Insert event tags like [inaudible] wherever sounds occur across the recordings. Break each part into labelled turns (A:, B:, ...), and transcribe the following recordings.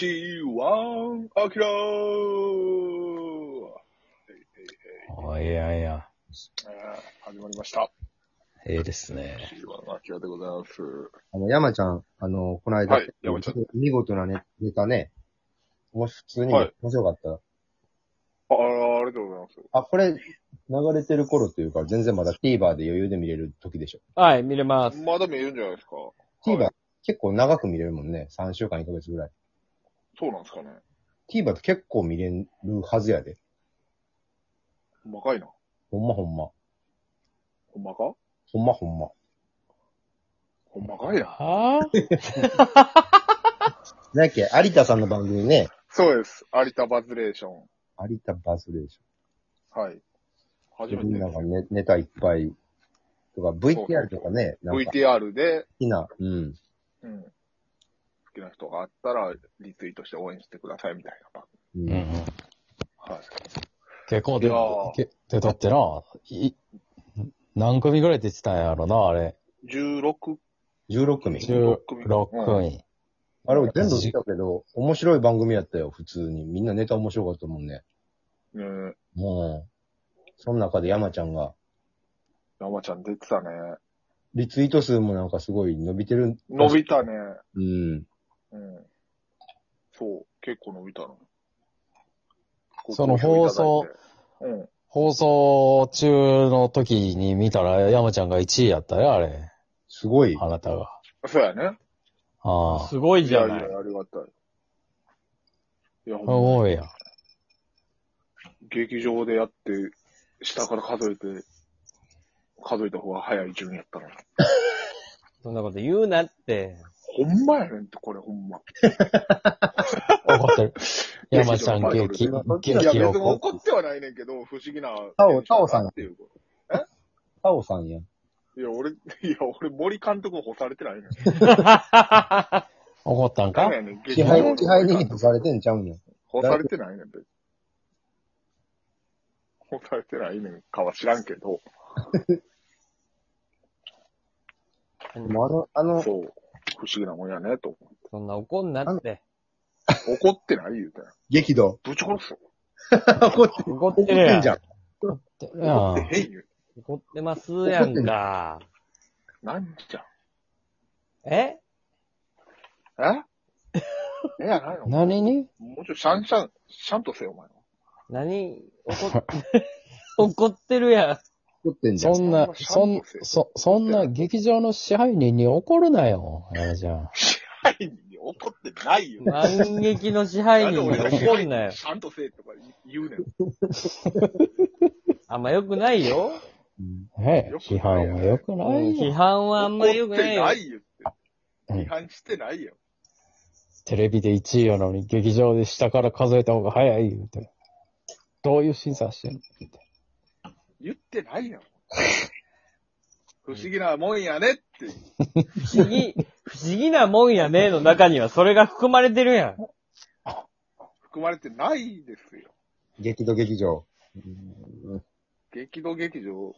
A: 4MC1 アキラー
B: あいやいや、
A: えー始まりました。
B: ええですね。
A: MC1 アキラでございます。
C: あの、山ちゃん、あの、この間、
A: はい山ちゃん
C: 見事なネネタね。もう普通に
A: はい
C: 面白かった。
A: ああ、ありがとうございます。
C: あ、これ、流れてる頃というか、全然まだ TVer で余裕で見れる時でしょ。
B: はい、見れます。
A: まだ見えるんじゃないですか。い
C: TVer 結構長く見れるもんね。3週間1ヶ月ぐらい。
A: そうなんですかね。
C: TVer って結構見れるはずやで。
A: 細かいな。
C: ほんまほんま。
A: ほんまか
C: ほんまほんま。
A: ほんまかいな。
B: ああ
C: なんやっけ、有田さんの番組ね。
A: そうです。有田バズレーション。
C: 有田バズレーシ
A: はい。初
C: ョ
A: め
C: ン。なん
A: て
C: かネネタいっぱい。とか、VTR とかね。なんか好
A: VTR で、
C: きな。うん。
A: うん。好きな人があったら、リツイートして応援してくださいみたいな。
C: う。
B: うんん。
A: はい。
B: 結構で
A: いやー、
B: けで、だってな、い、何組ぐらい出てたんやろな、あれ。
A: 16
C: 16組。
B: 16
A: 16組
B: 組。
C: あれ、全部見たけど、面白い番組やったよ、普通に。みんなネタ面白かったもんね。
A: ね
C: もう、その中で山ちゃんが、
A: 山ちゃん出てたね。
C: リツイート数もなんかすごい伸びてる。
A: 伸びたね。
C: うん。
A: うん。そう、結構伸びたの。
B: その放
A: ご
B: 送
A: 投票いただいて。
B: 放送中の時に見たら、山ちゃんが1位やったよ、あれ。
C: すごい。
B: あなたが。
A: うん。そうやね。
B: ああ。す
D: すごいじゃ
A: い
D: な
A: や
D: い
A: い。や、ありがたい。いや、ほんま
B: ごいやん。
A: 劇場でやって、下から数えて、数えた方が早い順やったのに。
D: [laughs] そんなこと言うなって。
A: ほんまやねんって、これほんま。
B: 怒ってる。山ちゃん
A: いや
B: 激、
A: いや、別
B: 激
A: に
B: 怒。
A: 怒ってはないねんけど、不思議な。
C: タオタオさん
A: っていうこと
C: タオさんや。
A: いや、俺、いや、俺、森監督を干されてないねん。
B: 怒ったん
A: ダ
B: か
A: メやねん。
C: 支配、支配人に出されてんちゃうんや。
A: 干されてないねん、別に。干されてないねんかは知らんけど。
C: でもあの、あの、
A: そう。不思議なもんやね、と思
D: そんな怒んなって。
A: う。怒ってない言うてん。
C: 激怒。
A: ぶち殺すよ。
C: 怒って
D: 怒
C: 怒
D: って
C: っ
D: る
C: て
D: や
C: んじゃ
D: ん。
C: ん。
B: いや
A: で、へい言う。
D: 怒ってますやんか。
A: なんじゃん。
D: え
A: ええやないのも
B: 何に
A: うちょいシャンシャン、シャンとせよ、お前は。
D: 何怒っ、 [laughs] 怒ってるやん。
C: 怒ってんじゃん
B: そ。んな、そん、そ、そんな劇場の支配人に怒るなよ、山ちゃん。
A: はい、怒ってない [laughs] よ。
D: 万劇の支配人に怒んなよ。
A: シャンとせえとか言うねん。
D: あんま良くないよ。
C: うん
B: ねえ
A: よく
B: 批判は良くない
D: 批
B: よ。
D: 判はあんま良
A: 怒
D: く
A: っ
D: ない
A: て
D: よ
A: な。いよって。
B: うん
A: 批判してないよ。
B: テレビで1位やのに、劇場で下から数えた方が早い言うて。どういう審査してんの言うて
A: 言ってないやん。不思議なもんやねって。
D: 不思議、不思議なもんやねの中にはそれが含まれてるやん。
A: 含まれてないですよ。
C: 激怒劇 [laughs] 場。
A: 激怒劇場。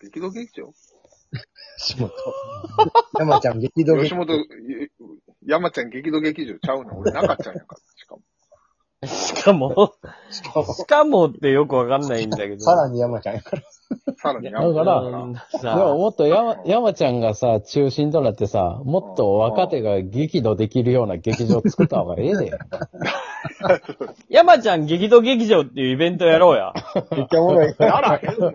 A: 激怒劇場
C: 吉本。山ちゃん激怒
A: 吉
C: 劇
A: 本、ゆ山ちゃん激怒劇場ちゃうねん。俺中ちゃんやから、しかも。
D: しかも、
C: 場。
D: しかもってよくわかんないんだけど。
C: さらに山ちゃんやから。
A: さらに
B: だから
D: うん
B: で
D: さ
B: ももっと山、山ちゃんがさ、中心となってさ、もっと若手が激怒できるような劇場作った方がええで。
D: 山ちゃん激怒劇場っていうイベントやろうや。
C: めっちゃおもろ [laughs] い。
A: やらへんわ。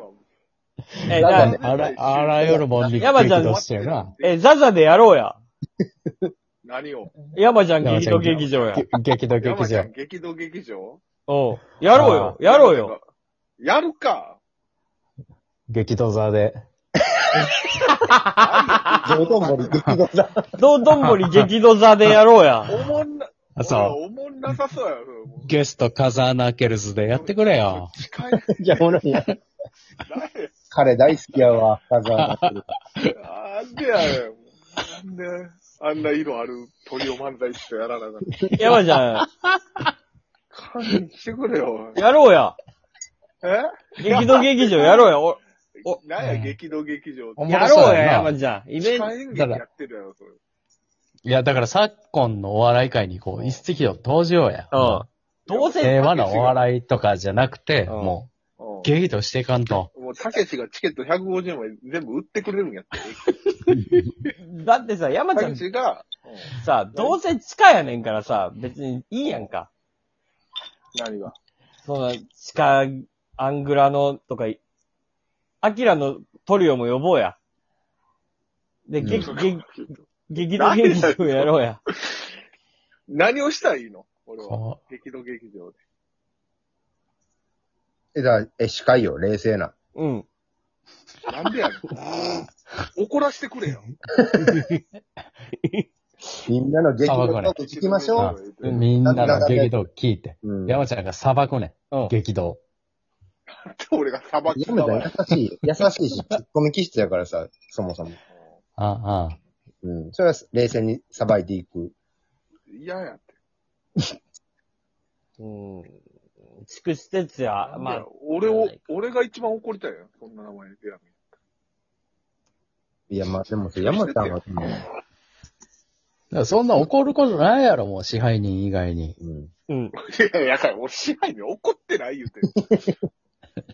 D: え、
B: あ
D: な
A: 山
B: ら、あらあらゆるもんに激
D: 山ちゃん
B: 怒してるな。
D: え、ザザでやろうや。
A: 何を
D: 山ちゃん激怒劇場や。
B: げ激怒
A: 山
B: 劇
A: ちゃ
B: 場
A: ん。激怒劇場
D: おうやろうよ。やろうよ。。
A: やるか。
B: 激怒座で。
C: 道頓堀激怒だ。
D: 道頓堀激怒座でやろう [laughs] や。
A: おもんな、
B: そう。
A: おもんなさそうやろ。もう
B: ゲストカザーナーケルズでやってくれよ。。
A: 近い。
C: じゃ [laughs] あ、おもろいや。
A: 誰
C: 彼大好きやわ、深 [laughs] 澤
A: な
C: 夏
A: んでやねん。なんで、あんな色ある鳥を漫才してやらなかった。
D: 山ちゃん、
A: 勘弁してくれよ。
D: やろうや。
A: え
D: 激怒劇場やろうや。おお
A: なんや、激動劇場って。
B: おも
D: や
B: ろそう
D: ろう
B: や
D: や、
B: な
D: 山ちゃん。イ
A: 一
D: ベン
A: 番演劇やってるやろ、それ。
B: いや、だから昨今のお笑い界にこう、一石を投じようや。
D: うん。どうせ、
B: 平和なお笑いとかじゃなくて、
C: ん
B: もう、
A: う
B: 激怒していかんと。
A: ん。もう、たけしがチケット150枚全部売ってくれるんやって。
D: だってさ、山ち
A: た
D: ゃん
A: けしが、
D: さ、どうせ地下やねんからさ、別にいいやんか。
A: 何が。
D: その、地下、アングラのとか、アキラのトリオも呼ぼうや。で、激、激、激怒劇場やろうや。
A: 何をしたらいいの俺は。
B: こ
A: 激怒劇場で。
C: え、だから、え、司会よ、冷静な。
D: うん。
A: なんでやね
D: [laughs]
A: ん。怒らしてくれよ。
C: みんなの激
B: 騒
C: 怒ト
B: がれ
C: ーク聞きましょ
B: う、みんなの激怒を聞いて、
C: う。うん。や
B: 山ちゃんが裁くね
D: うん
B: ん。激怒。
A: [laughs] 俺がさばき
C: めたら優しい、優しいし、ツッコミ気質やからさ、そもそも。
B: あ
C: うん。それは冷静にさばいていく。
A: 嫌やって。
D: うん。筑紫哲也、ま
A: ま
D: あ
A: あ、、俺を
D: じゃない、
A: 俺が一番怒りたいよ。そんな名前でやる。
C: いや、まあ、でもさ、山ちゃんは、
B: ああ。そんな怒ることないやろ、もう支配人以外に。
C: うん。
D: うん。
A: いやいや、やから俺支配に怒ってない言うて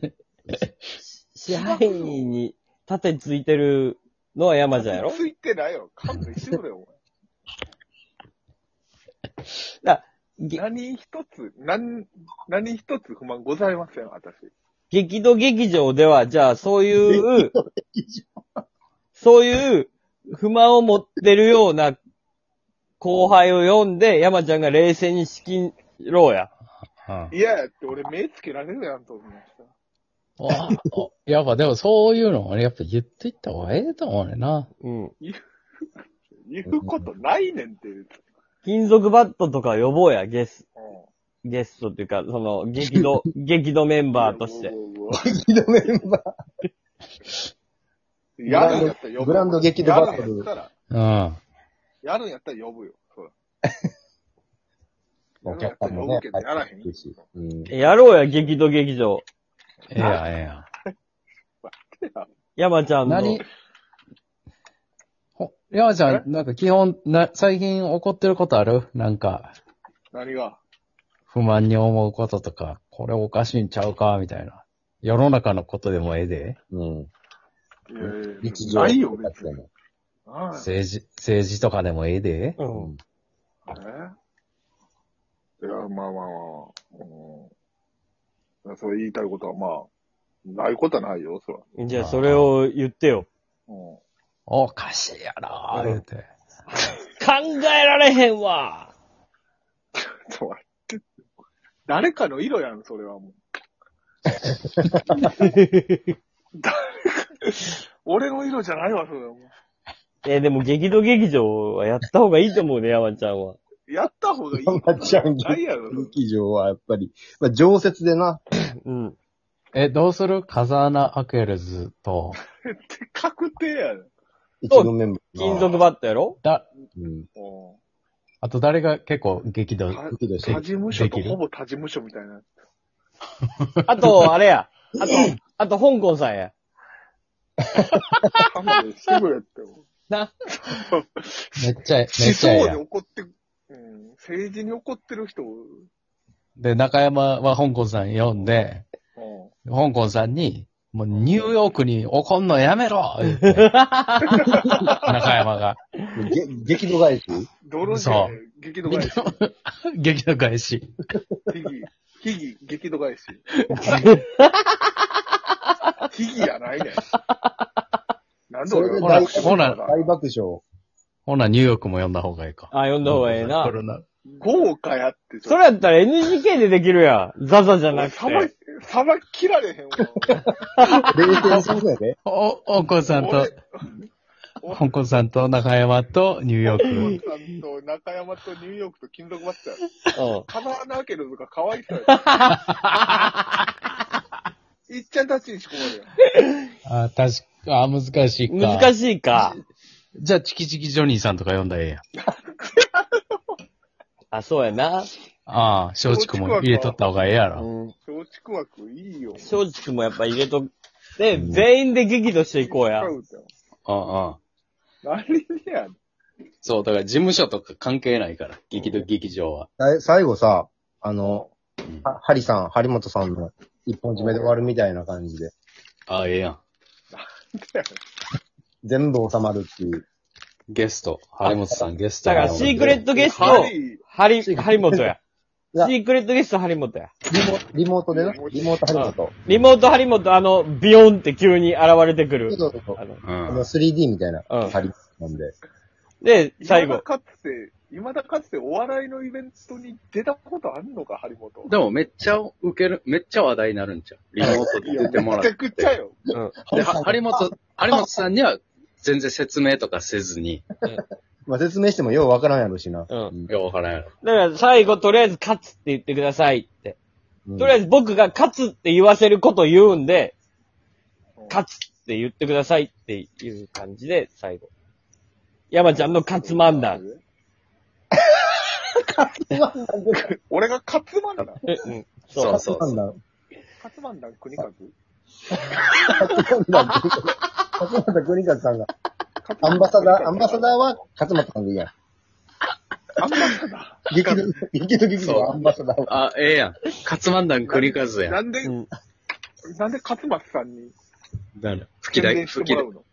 A: る。
D: 支配人に盾ついてるのは山ちゃんや
A: [laughs]
D: ろ
A: ついてないよ。勘弁してくれよ、お
D: げ
A: 前。何一つ、何、何一つ不満ございません、私。
D: 激怒劇場では、じゃあ、そういう、そういう不満を持ってるような後輩を読んで、山ちゃんが冷静に仕切ろうや。
B: うん
A: いややって、俺目つけられるやんと思うさ。
B: おおやっぱでもそういうのをね、やっぱ言っていった方がええと思うねんな。
D: うん。
A: 言うことないねんって言うて。
D: 金属バットとか呼ぼうや、ゲス、
A: うん
D: ゲストっていうか、その、激 [laughs] 怒、激怒メンバーとして。。
C: 激怒メンバー。
A: やるんやったら呼ぶ。
C: グランド激怒バト
A: やるんやっ
C: ル
A: た。ら、
B: うん。
A: やるんやったら呼ぶよ。そう
C: お客さんもね、
A: やらへん
C: 入ってくるしうん。
D: やろうや、激怒劇場。
B: ええやん、ええやん。
D: 山ちゃんの。
B: 何ほ山ちゃん、なんか基本、な、最近怒ってることあるなんか、
A: 何が
B: 不満に思うこととか、これおかしいんちゃうかみたいな。世の中のことでもええで。
C: うん。
A: いやいやいや
C: 日常。
A: ないよ、別に。
C: に。
A: ああ
B: 政治、政治とかでもええで。
D: うん。
A: えいや、まあまあまあ、うん。そう言いたいことは、まあ、ないことはないよ、そら。
D: じゃあ、それを言ってよ。
A: うん。
B: おかしいやろ、言うて。
D: 考えられへんわ
A: ちょっと待って。誰かの色やん、それはもう。誰か、俺の色じゃないわ、それはも
D: え、でも激怒劇場はやった方がいいと思うね、山ちゃんは。
A: う。やった方がいい。
C: 山ちゃん
A: ないやろ、それ
C: 劇場はやっぱり、まあ、常設でな。
D: うん。
B: え、どうするカザーナ・アクエルズと、
A: 確定やん。
C: 一軍メンバー。
D: 金属バットやろ
B: だ、
C: うん。
A: うん
B: あと誰が結構激怒、
A: 他
C: 激怒して
A: 他事務所と
B: できる
A: ほぼ他事務所みたいな。
D: あと、あれ [laughs] や。あと、あと、香港さんや。
A: 勘弁してくれって。
D: な。
B: めっちゃ
A: 思
B: ええ、めっちゃええ
A: 想
B: や
A: で
B: ん。
A: 怒って、うん、政治に怒ってる人、う
B: で、中山は香港さん呼んで、
A: ん、
B: 香港さんに、もうニューヨークに怒んのやめろ言って。中山が。
C: げ激怒返し
A: 泥で
B: そ
A: 激怒返し、
B: 激怒返し。
A: ヒギ、ヒギ激怒
D: [laughs]
A: 返し。ヒギやないねん。なんで
C: それ
A: 俺
C: で
B: ほら
A: が
C: 大
B: ほら
C: 大爆笑。
B: ほな、ニューヨークも呼んだ方がいいか。
D: あ、読んだ方がええな
B: コ。ロナ
A: 豪華やって
D: [laughs] それやったら NGK でできるやん。ザザじゃな
A: 俺
D: く
A: さば
D: て。、
A: さばきられへ
D: [laughs]
A: んわ。
C: 冷静にするやで。
B: お、香港さんと、
A: 俺
B: 香港さんと中山とニュー
A: [laughs]
B: ヨーク。
A: さんと中山とニューヨークと金属バッター。
D: うん。
A: カバーナーケルズが可愛い
D: [laughs]
A: 人や。いっちゃんたちにしこまるよ。
B: あ、確か、あ、難しいか。
D: 難
B: い。
D: しいか。
B: じゃあ、チキチキジョニーさんとか呼んだらええやん。
D: あ、そうやな。
B: ああ、松竹も入れとった方がええやろ。
D: うん。
A: 松竹枠いいよ。
D: 松竹もやっぱ入れとって、全員で激怒していこうや。
A: 使うじゃん
B: うんうん。
A: 何やねん
B: そう、だから事務所とか関係ないから、劇と劇場は。
C: さい最後さ、あの
B: ん、
C: はハリさん、張本さんの一本締めで終わるみたいな感じで、
B: ああ、ええやん。
C: 全部収まるっていう。
B: ゲスト、張本さんゲスト。
D: だから、シークレットゲスト、
A: ハリー
D: ハリ、ハリモトや。
C: いや
D: シークレットゲスト、ハリモトや。
C: リモリモートでな、リモート張本。
D: リモートハリモト、あの、ビヨンって急に現れてくる。
C: そうそうそう
D: あの
B: う
C: あ
B: ん。
C: の 3D みたいな
D: うん
C: 張なんで。
D: で、最
A: 未だ
D: 後。
A: かつて、未だかつてお笑いのイベントに出たことあんのか、張本。
B: でもめっちゃ受ける、めっちゃ話題になるんちゃう。リモートで
A: い
B: 出
A: や、
B: てもら
A: め
B: っ
A: ち
B: て。
A: ゃくちゃよ。
B: で、は張本、張本さんには全然説明とかせずに、
C: まあ、説明してもようわからんやろしな。
D: うん。
B: いや、わからんやろ。
D: だから、最後、とりあえず、勝つって言ってくださいって。
C: うん
D: とりあえず、僕が勝つって言わせること言うんで、
A: うん
D: 勝つって言ってくださいっていう感じで、最後。山ちゃんの勝つ漫談。
A: [laughs] 俺が勝つ漫談
D: えうん。
B: そうそう
C: なんだ
A: 勝つ漫談国和
C: 勝俣勝俣国和さんが、アンバサダー、アンバサダーは勝俣さんでいいやん。
A: アンバサダ
C: 激怒、激怒劇場はアンバサダーは。
B: あ、ええやん。勝漫談繰り返す
A: ー。
B: やん
A: な。んで、
D: うん
A: なんで勝松さんに
B: 吹き
A: 宣
B: 出
A: 伝
B: し、
A: して
B: 吹き
A: もら
B: 出
A: うの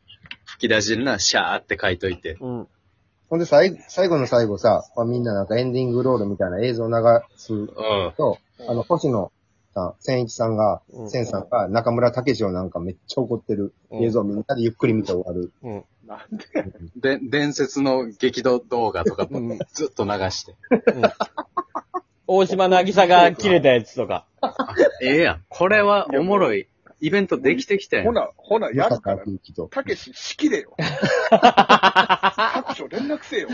B: 吹き出しにな、シャーって書いといて。
D: うん。
C: ほんで最後、最後の最後さ、まあ、みんななんかエンディングロールみたいな映像流す
B: うん。
C: と、あの、星野さん、千一さんが、
D: うん
C: 千さんが中村武史をなんかめっちゃ怒ってる
D: うん
C: 映像をみんなでゆっくり見て終わる。
D: うん。
A: なんで
B: で、伝説の激怒動画とか
D: うん、
B: ずっと流して。
D: 大島なぎさが切れたやつとか。
B: ええやん。これはおもろい。イベントできてきたや
A: ほ
B: ん。
A: な、ほな、やる
C: 中
A: か
C: 川
A: ら。
D: [laughs]
C: 空気と。
A: たけし、式でよ。各所連絡せよ。